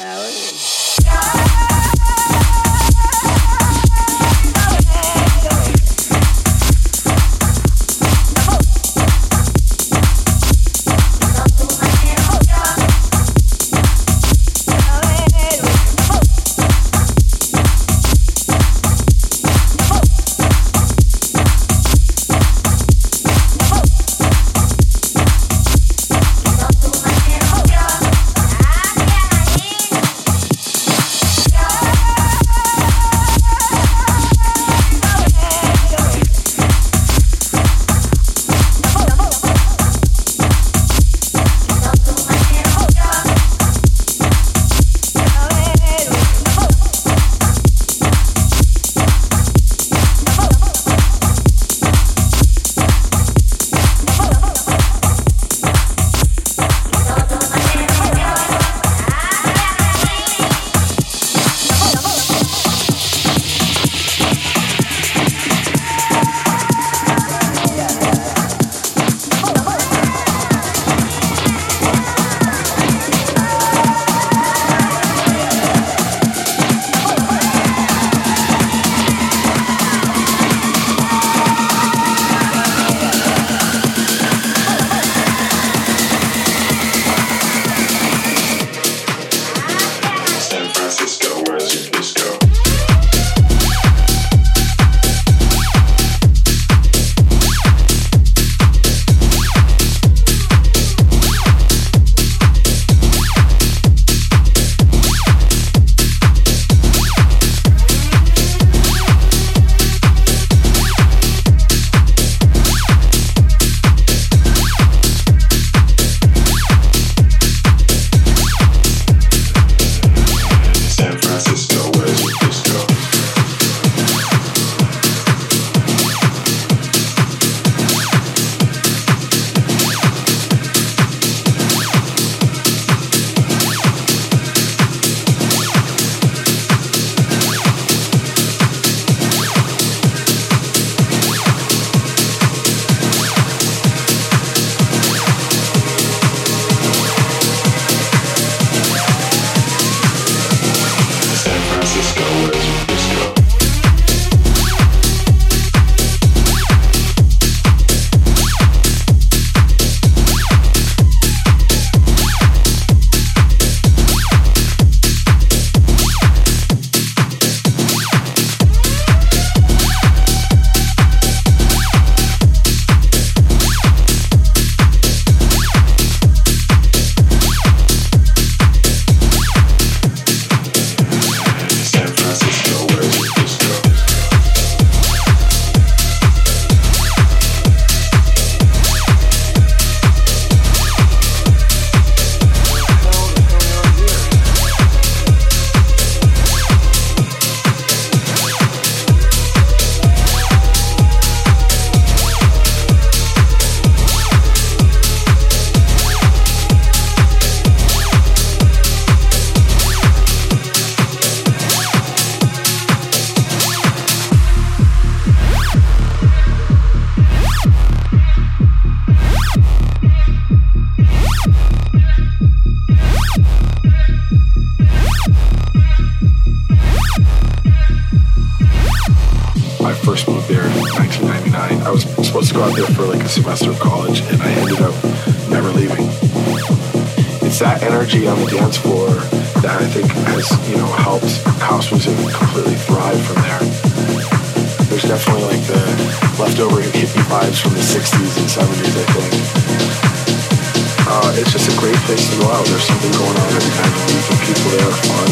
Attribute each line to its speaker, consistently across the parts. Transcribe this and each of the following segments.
Speaker 1: Ahora.
Speaker 2: to go out there for like a semester of college, and I ended up never leaving. It's that energy on the dance floor that I think has, you know, helped house music completely thrive from there. There's definitely like the leftover hippie vibes from the 60s and 70s, I think. Uh, it's just a great place to go out. There's something going on every time you meet the people there are fun.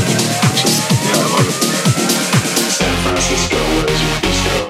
Speaker 2: It's just, yeah, I love it. San Francisco, where's your disco?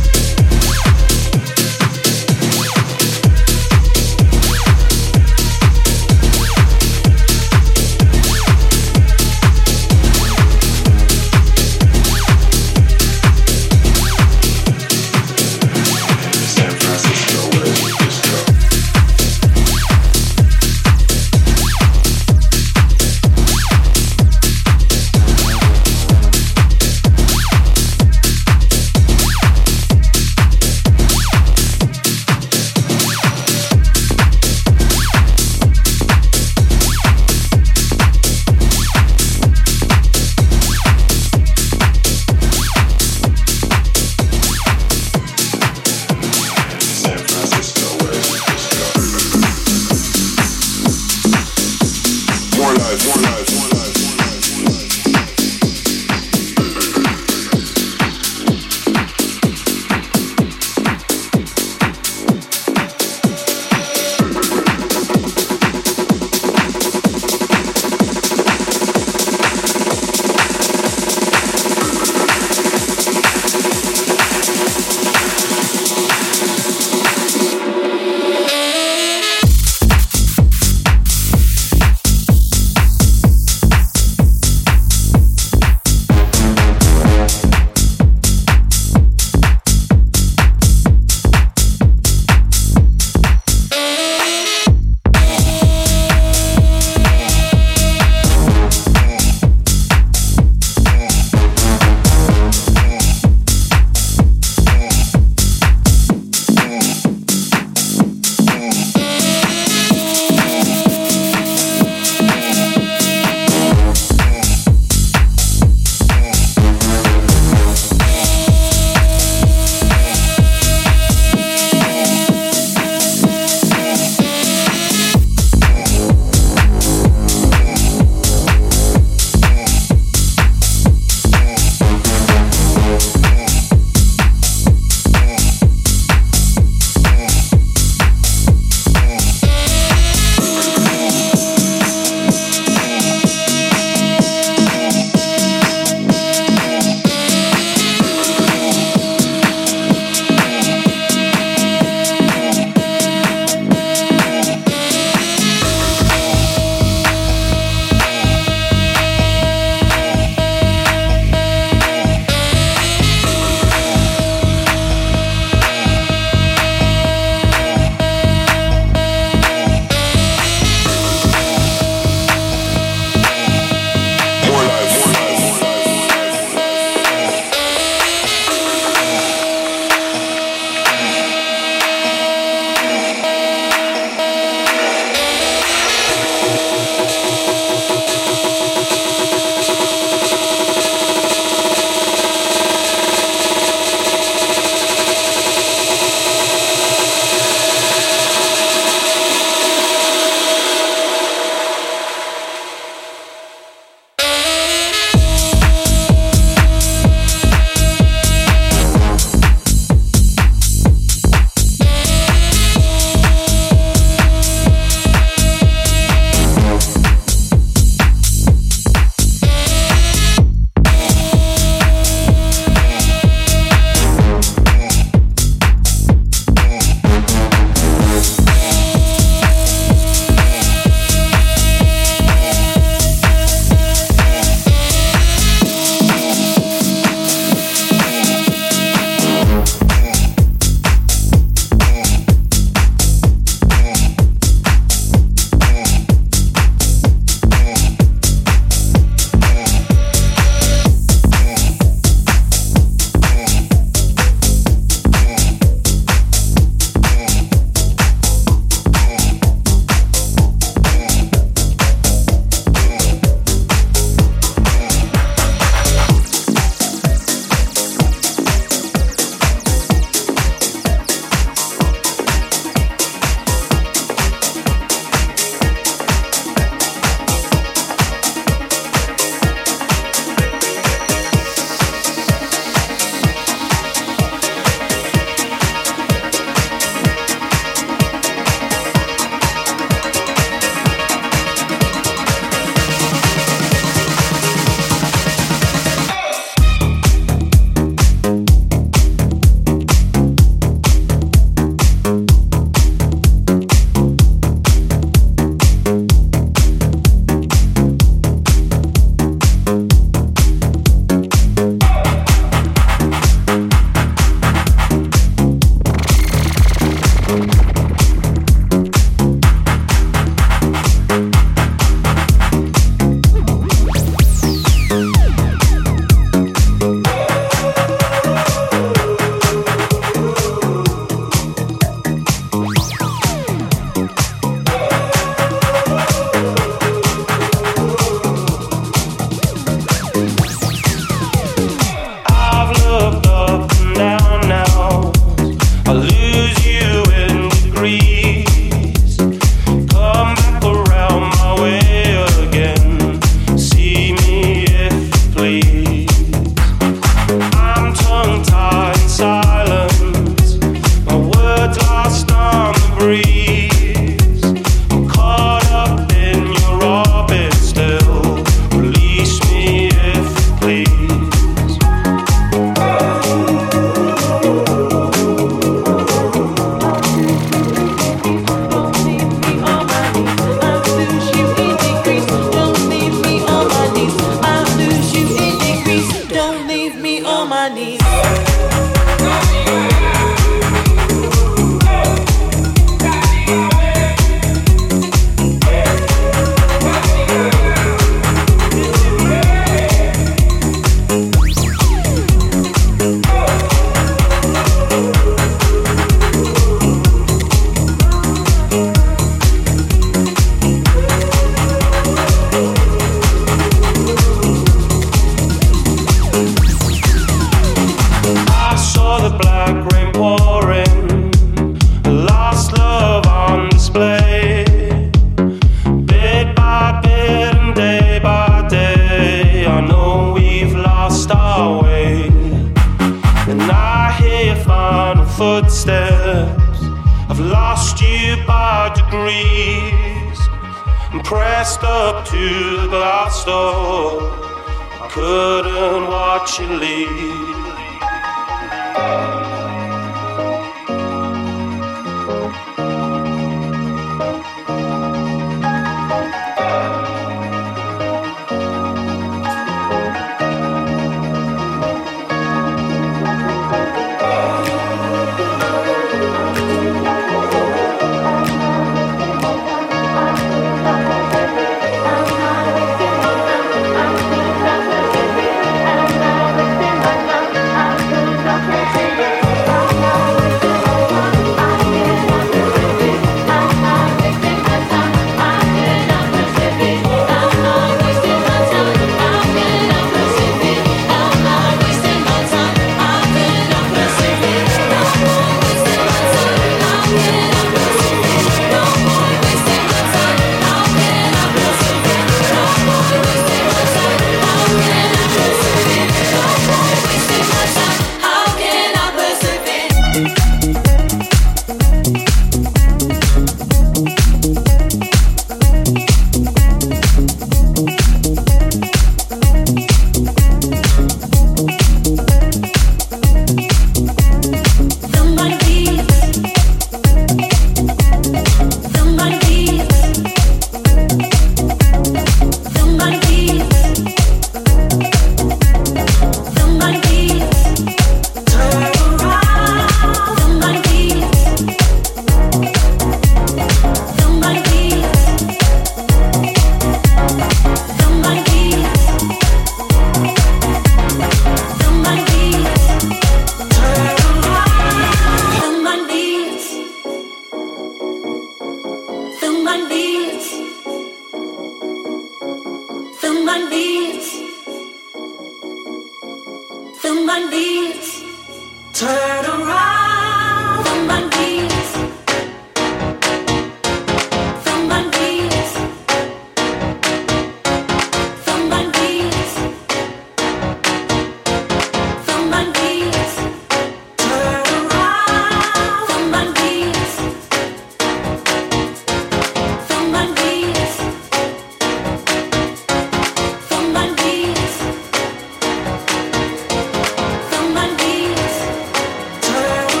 Speaker 3: Turn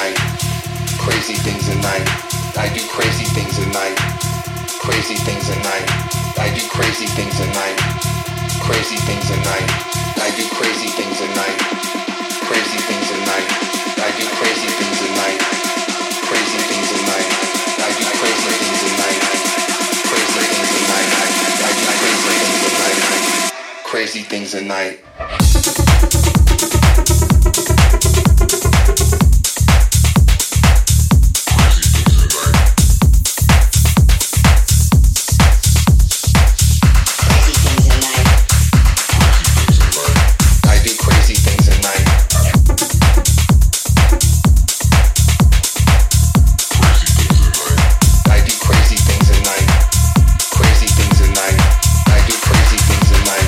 Speaker 4: crazy things at night. I do crazy things at night. Crazy things at night. I do crazy things at night. Crazy things at night. I do crazy things at night. Crazy things at night. I do crazy things at night. Crazy things at night. I do crazy things at night. Crazy things at night. I do crazy things at night. Crazy things at night. I do crazy things at night. I do crazy things at night. Crazy things at night. I do crazy things at night.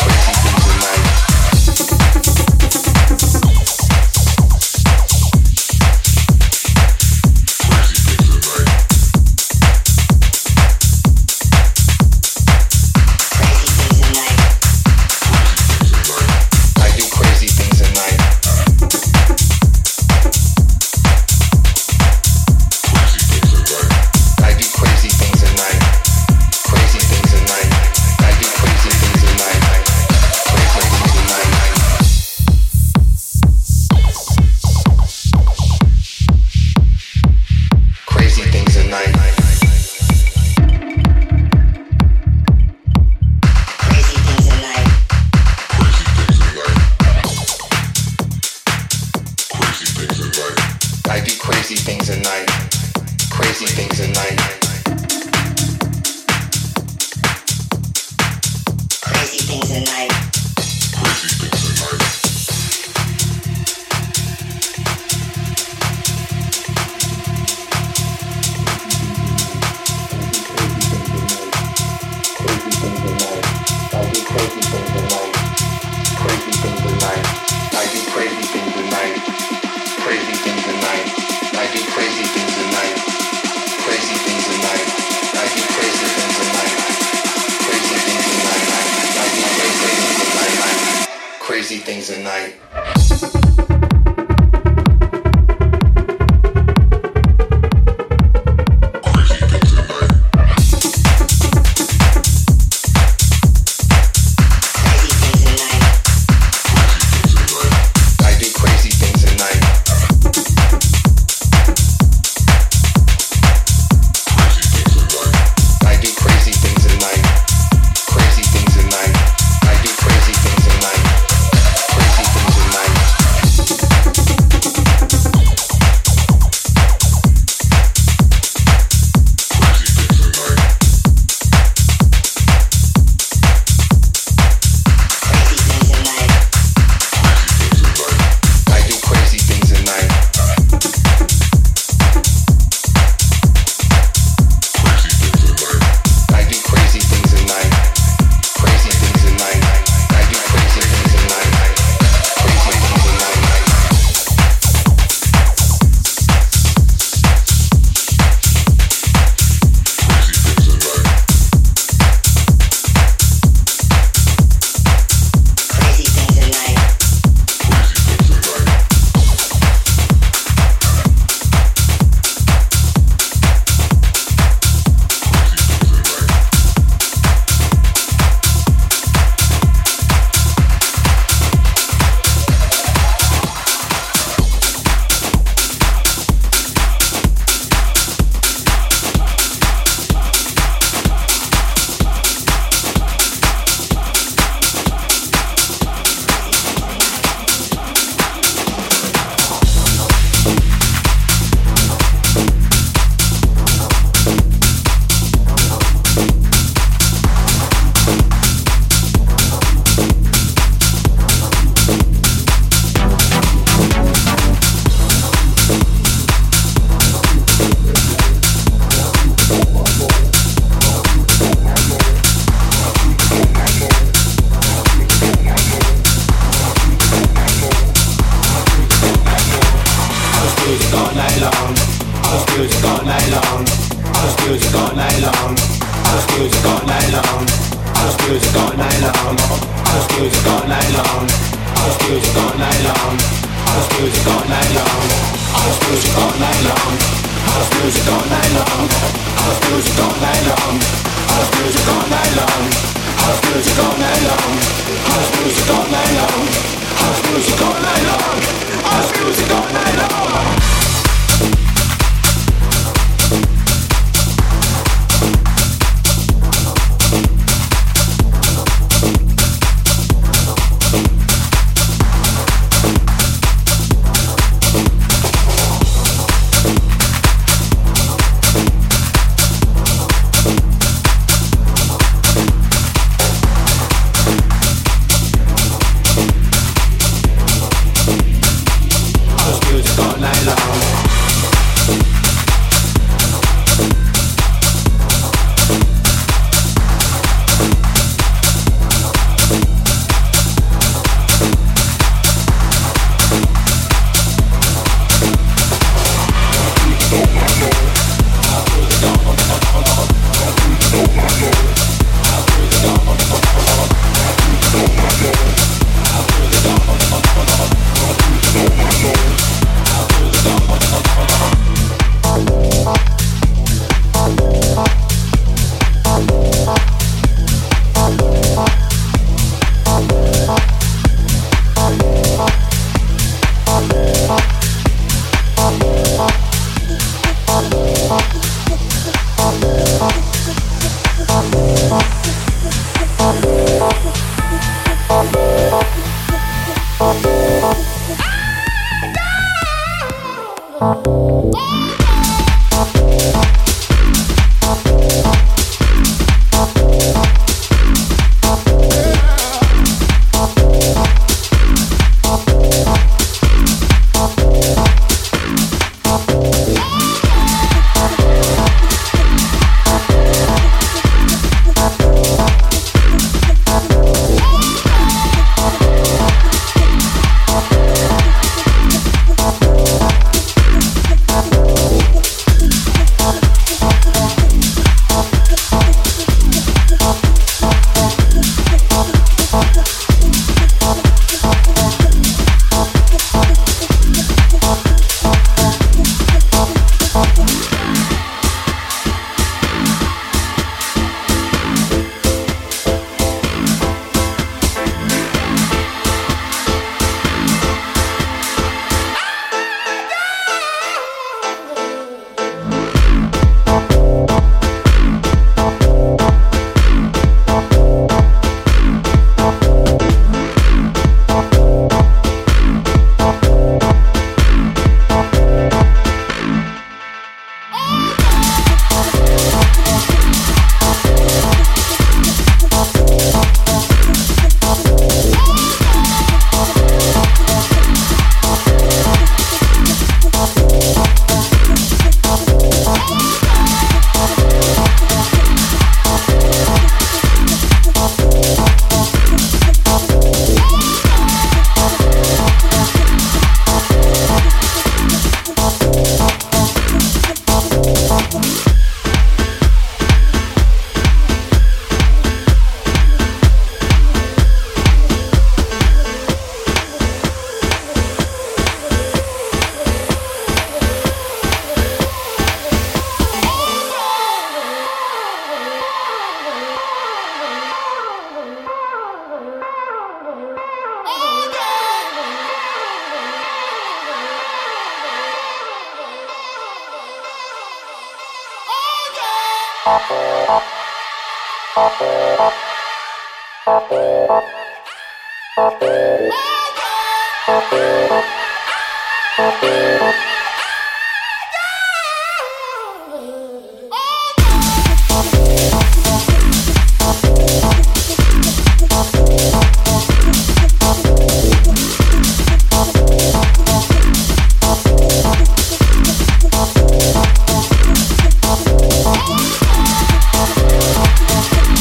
Speaker 4: Crazy things at night. I do crazy things at night. I do crazy things at night. Crazy things at night. I do crazy things at night. Crazy things at night. Crazy things at night.
Speaker 5: Crazy things in life.
Speaker 4: I do crazy things at night. Crazy things at night.
Speaker 5: Crazy things in life.
Speaker 4: Crazy things at night.
Speaker 5: Crazy things in life.
Speaker 4: I do crazy things at night. I do crazy things at night. Crazy things at night. I do crazy things at night. Crazy things at night.
Speaker 5: Crazy things in life.
Speaker 4: I do crazy things at night. I do crazy things at night. Crazy things at night. I do crazy things at night. Crazy things at night.
Speaker 5: Crazy things in life.
Speaker 6: music all night long. House music all night long. House music all night long. House music all night long. House music all night long. House music all night long. House music all night long. House music all night long. House music all night long. House music all night long. House music all night long. House music all night long. House music all night long. House music all night long. House music all night long. House music all night long. House music all night long.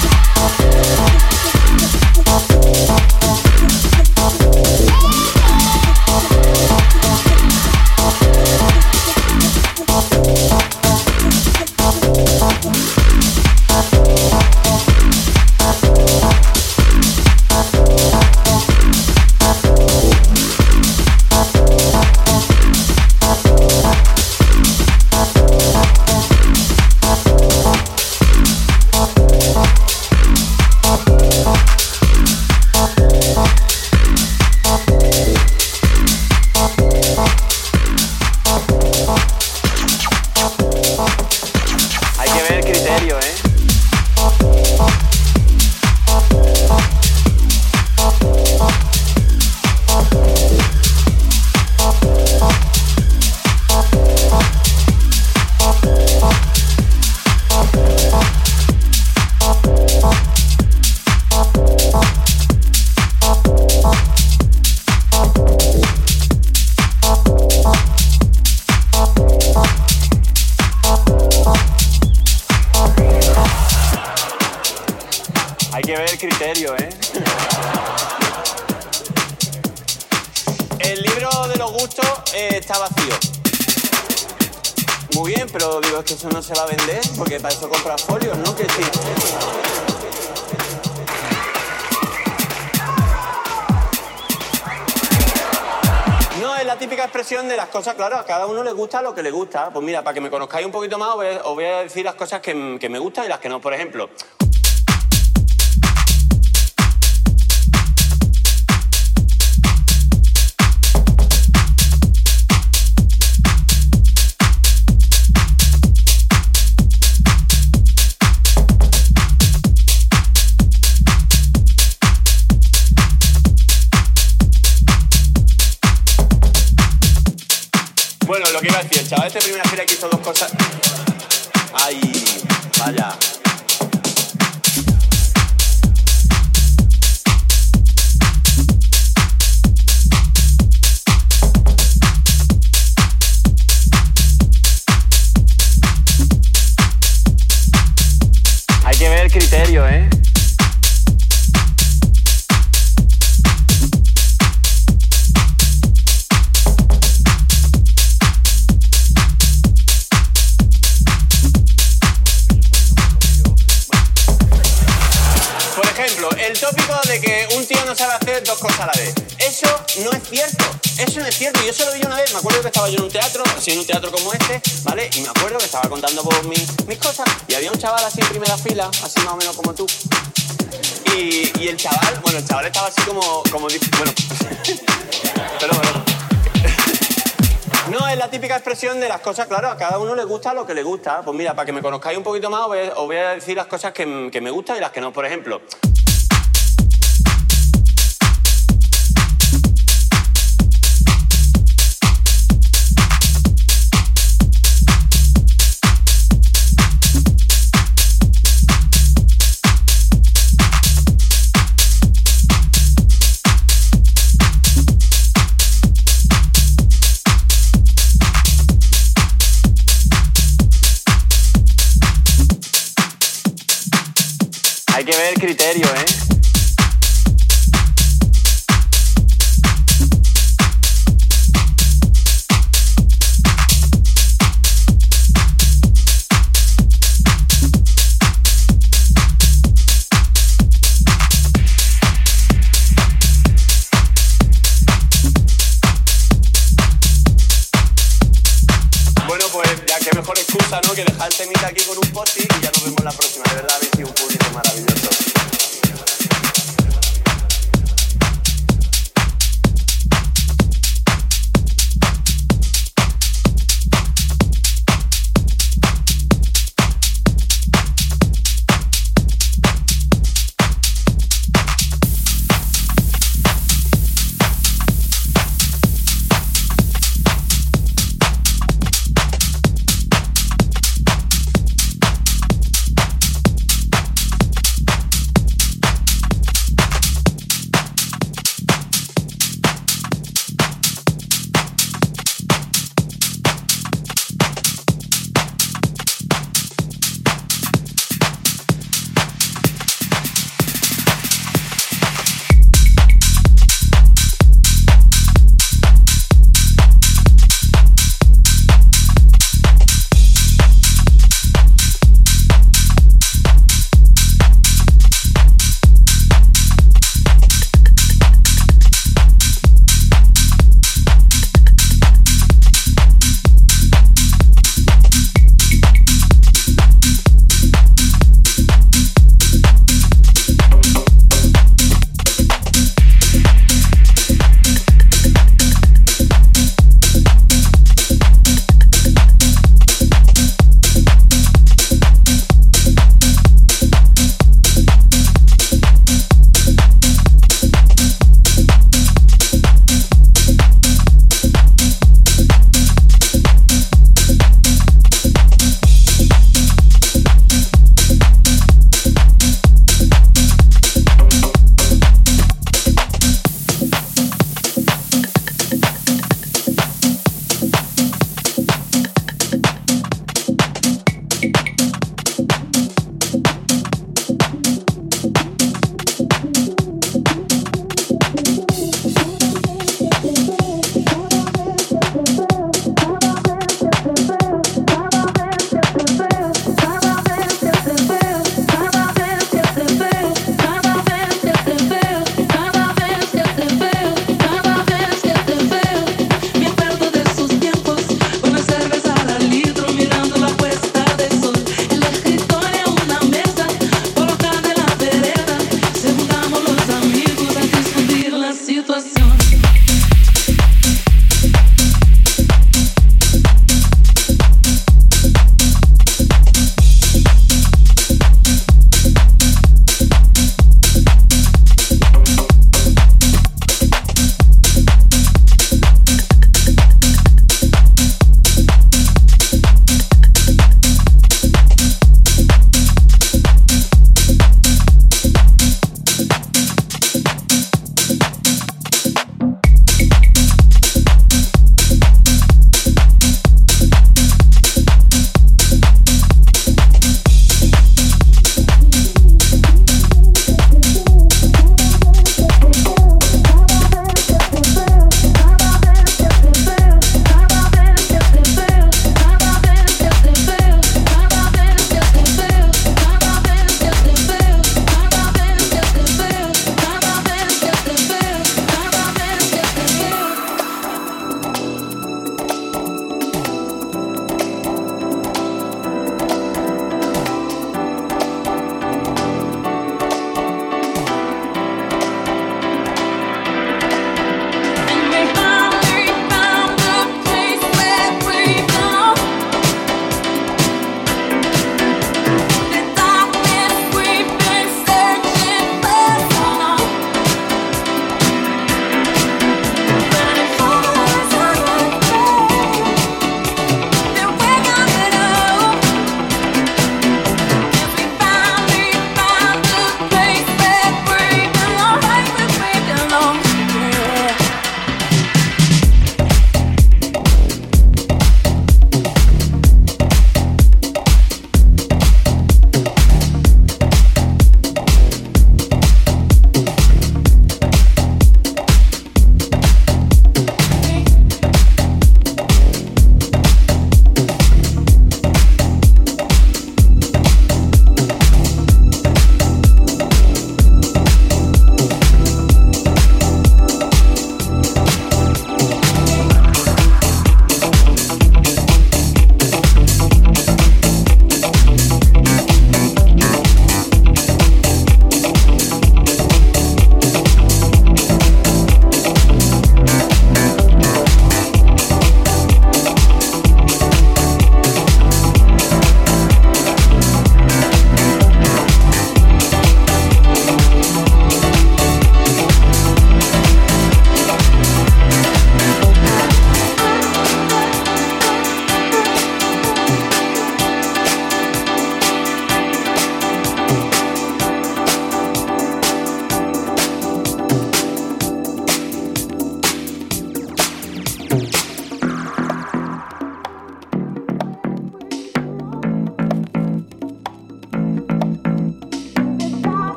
Speaker 7: Thank
Speaker 4: ¿eh? eh, está vacío. Muy bien, pero digo, es que eso no se va a vender porque para eso compras folios, ¿no? Que sí. No, es la típica expresión de las cosas, claro, a cada uno le gusta lo que le gusta. Pues mira, para que me conozcáis un poquito más, os voy a- os voy a decir las cosas que, que me gustan y las que no. Por ejemplo, Bueno, lo que iba a decir, el chaval este primera fila que hizo dos cosas. Ay, vaya. Hay que ver el criterio, ¿eh? Por ejemplo, el tópico de que un tío no sabe hacer dos cosas a la vez. Eso no es cierto. Eso no es cierto. Yo se lo vi una vez. Me acuerdo que estaba yo en un teatro, así en un teatro como este, ¿vale? Y me acuerdo que estaba contando por mis, mis cosas. Y había un chaval así en primera fila, así más o menos como tú. Y, y el chaval, bueno, el chaval estaba así como, como dice, bueno, pero bueno. No, es la típica expresión de las cosas, claro, a cada uno le gusta lo que le gusta. Pues mira, para que me conozcáis un poquito más, os voy a- os voy a decir las cosas que, que me gustan y las que no. Por ejemplo, Hay que ver el criterio, ¿eh? Bueno, pues ya que mejor excusa, ¿no? Que dejar el temita aquí con un post y ya nos vemos la próxima. De verdad, habéis sido un público maravilloso.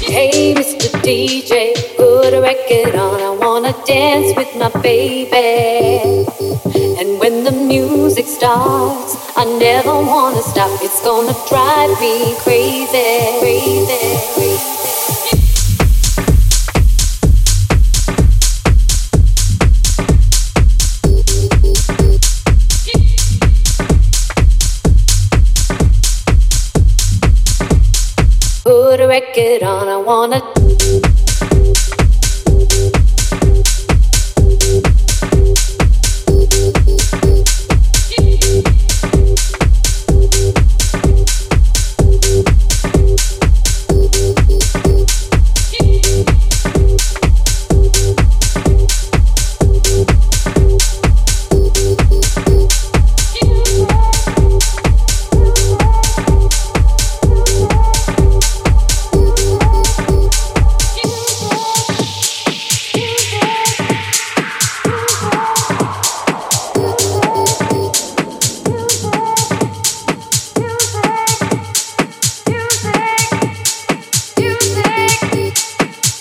Speaker 3: Hey, Mr. DJ, put a record on. I wanna dance with my baby. And when the music starts, I never wanna stop. It's gonna drive me crazy, crazy, crazy. Put a record on, I wanna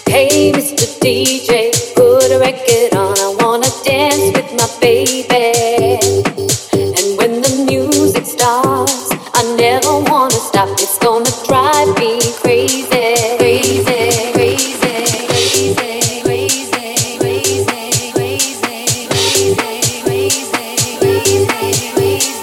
Speaker 3: Hey, Mr. DJ, put a record on. I wanna dance with my baby. And when the music starts, I never wanna stop. It's gonna drive me crazy. Crazy, crazy, crazy, crazy, crazy, crazy, crazy, crazy, crazy, crazy, crazy,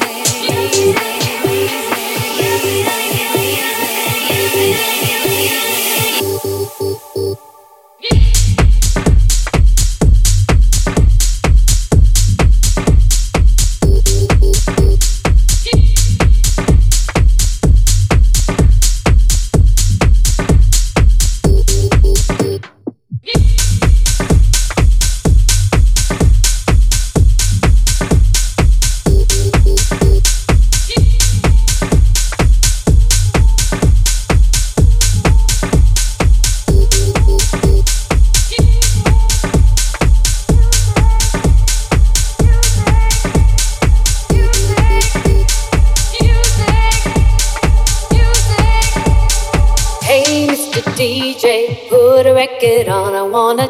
Speaker 3: Hey, Mr. DJ, put a record on. I wanna.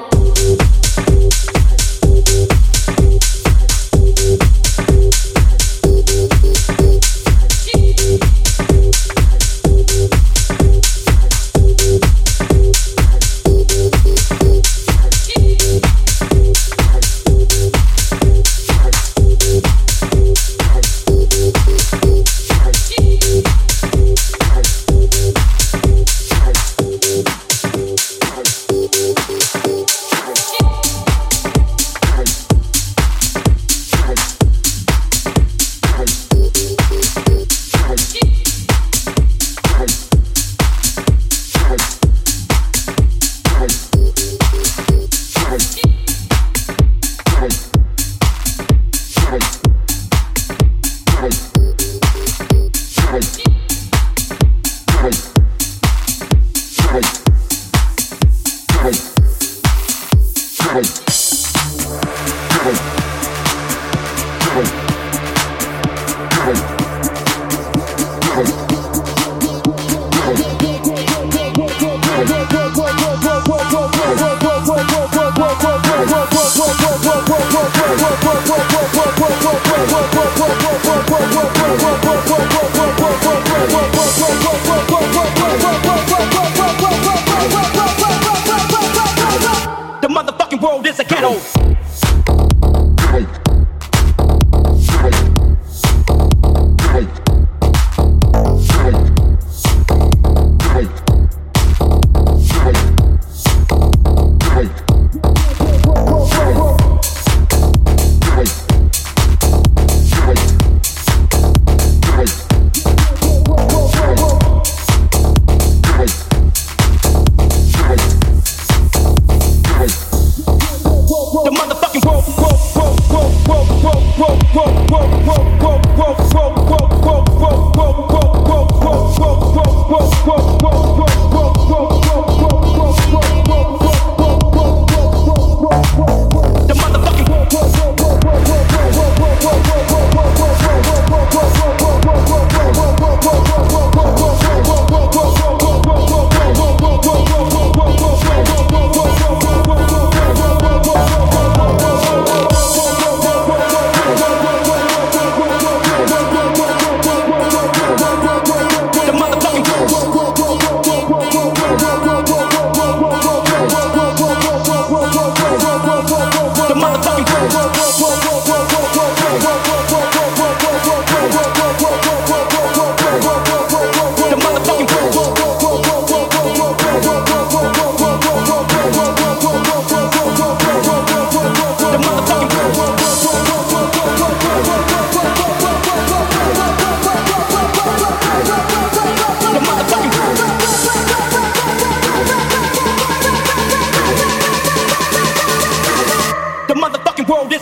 Speaker 8: The motherfucking world is a ghetto. The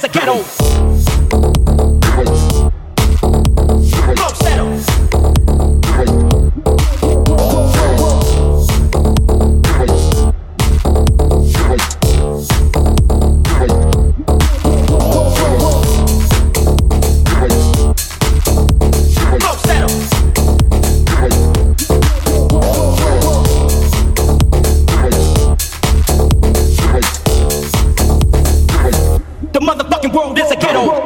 Speaker 2: the ghetto. Rosetto. Rosetto. The motherfucking world is a ghetto.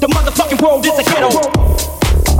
Speaker 2: The motherfucking world is a ghetto.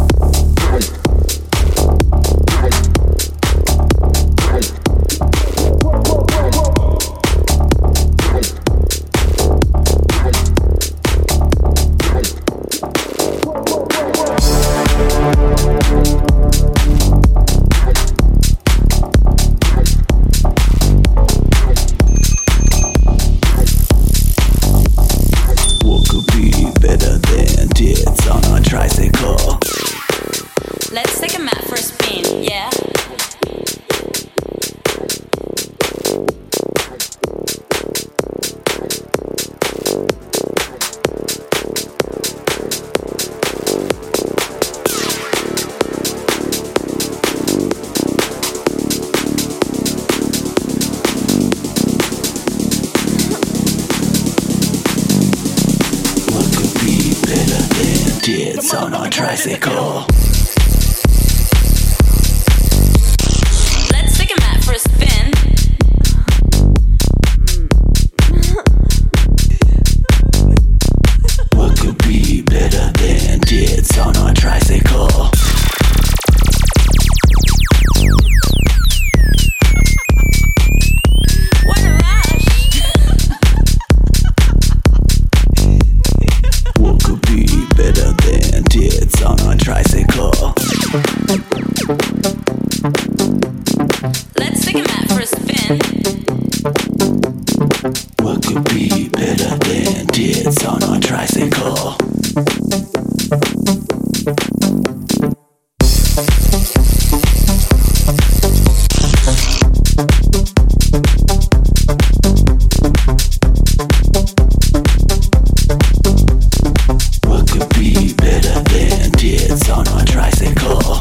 Speaker 9: What could be better than tits on a tricycle?
Speaker 3: Let's take a map for a spin, yeah?
Speaker 9: What could be better than tits on a tricycle?
Speaker 3: Let's take a map for a spin.
Speaker 9: What could be better than tits on a tricycle?
Speaker 3: What a rush!
Speaker 9: What could be better than tits on a tricycle?
Speaker 3: Let's take a map for a spin.
Speaker 9: What could be better than tits on a tricycle? What could be better than tits on a tricycle?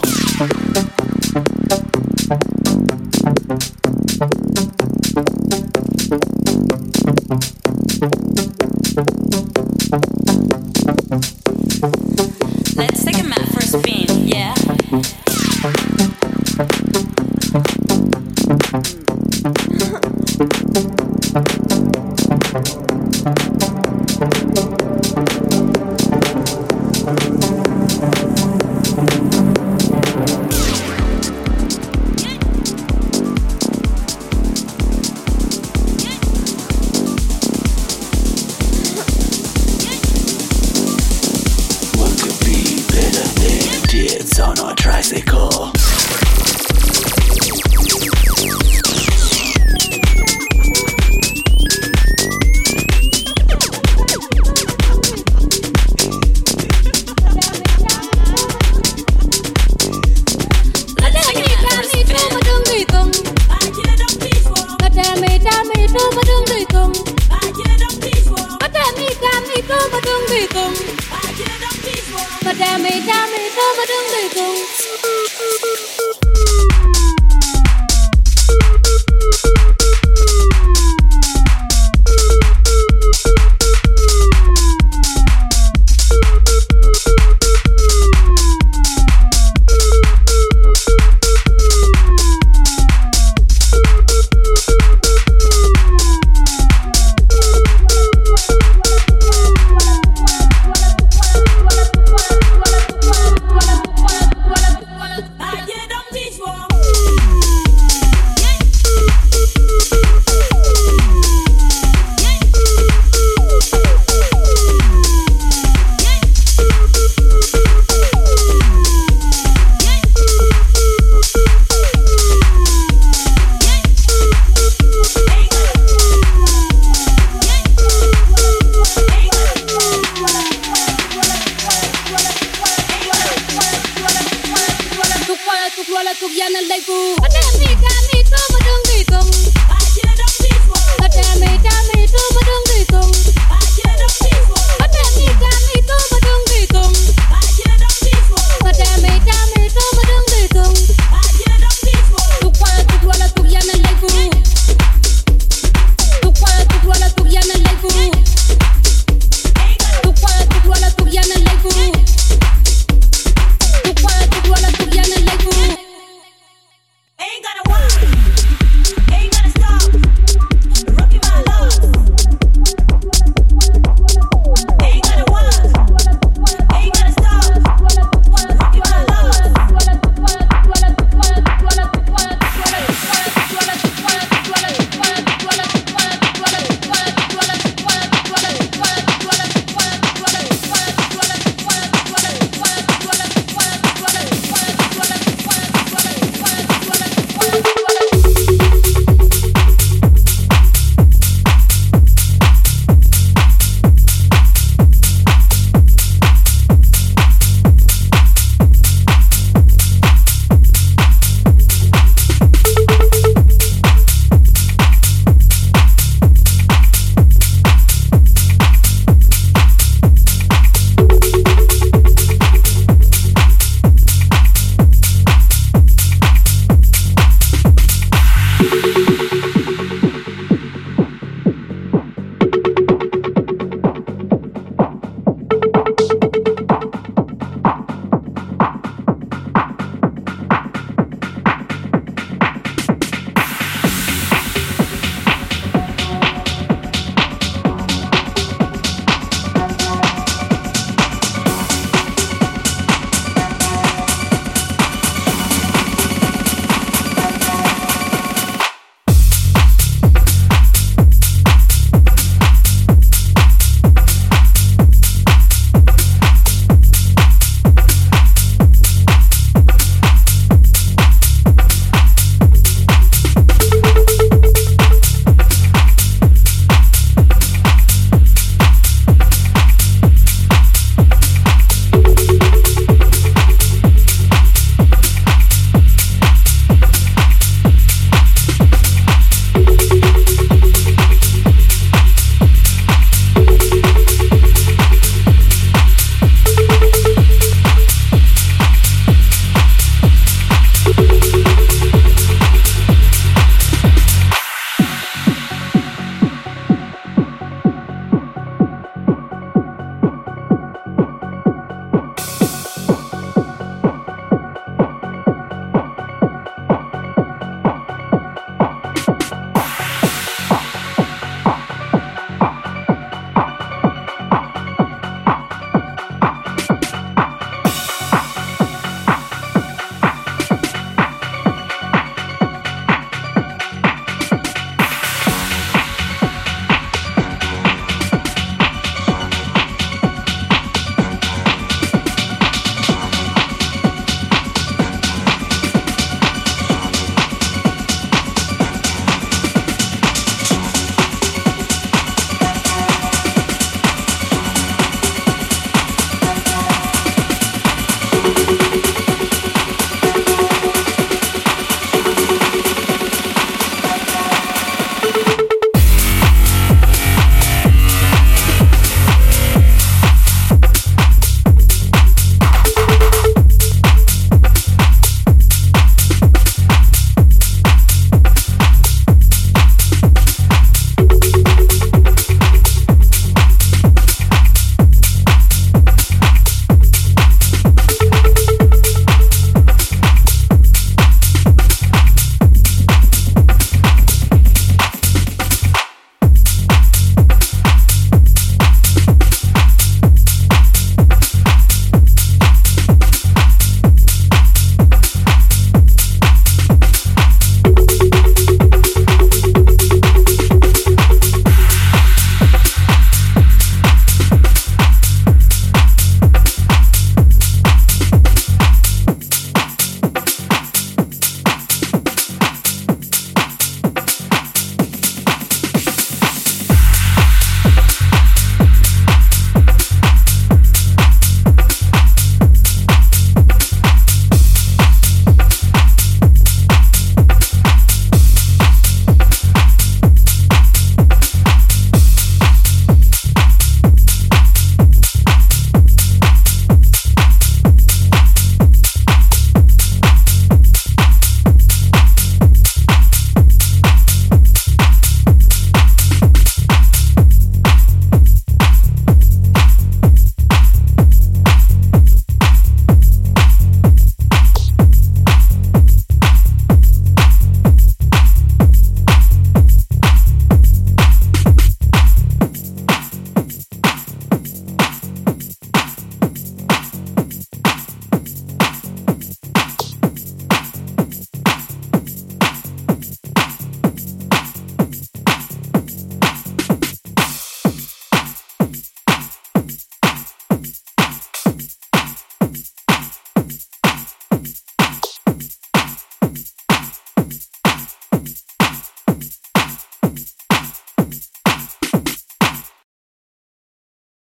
Speaker 3: Let's take a map for a spin, yeah?
Speaker 9: What could be better than tits on a tricycle?
Speaker 3: Let's take a map for a spin.
Speaker 10: But damn it, damn it,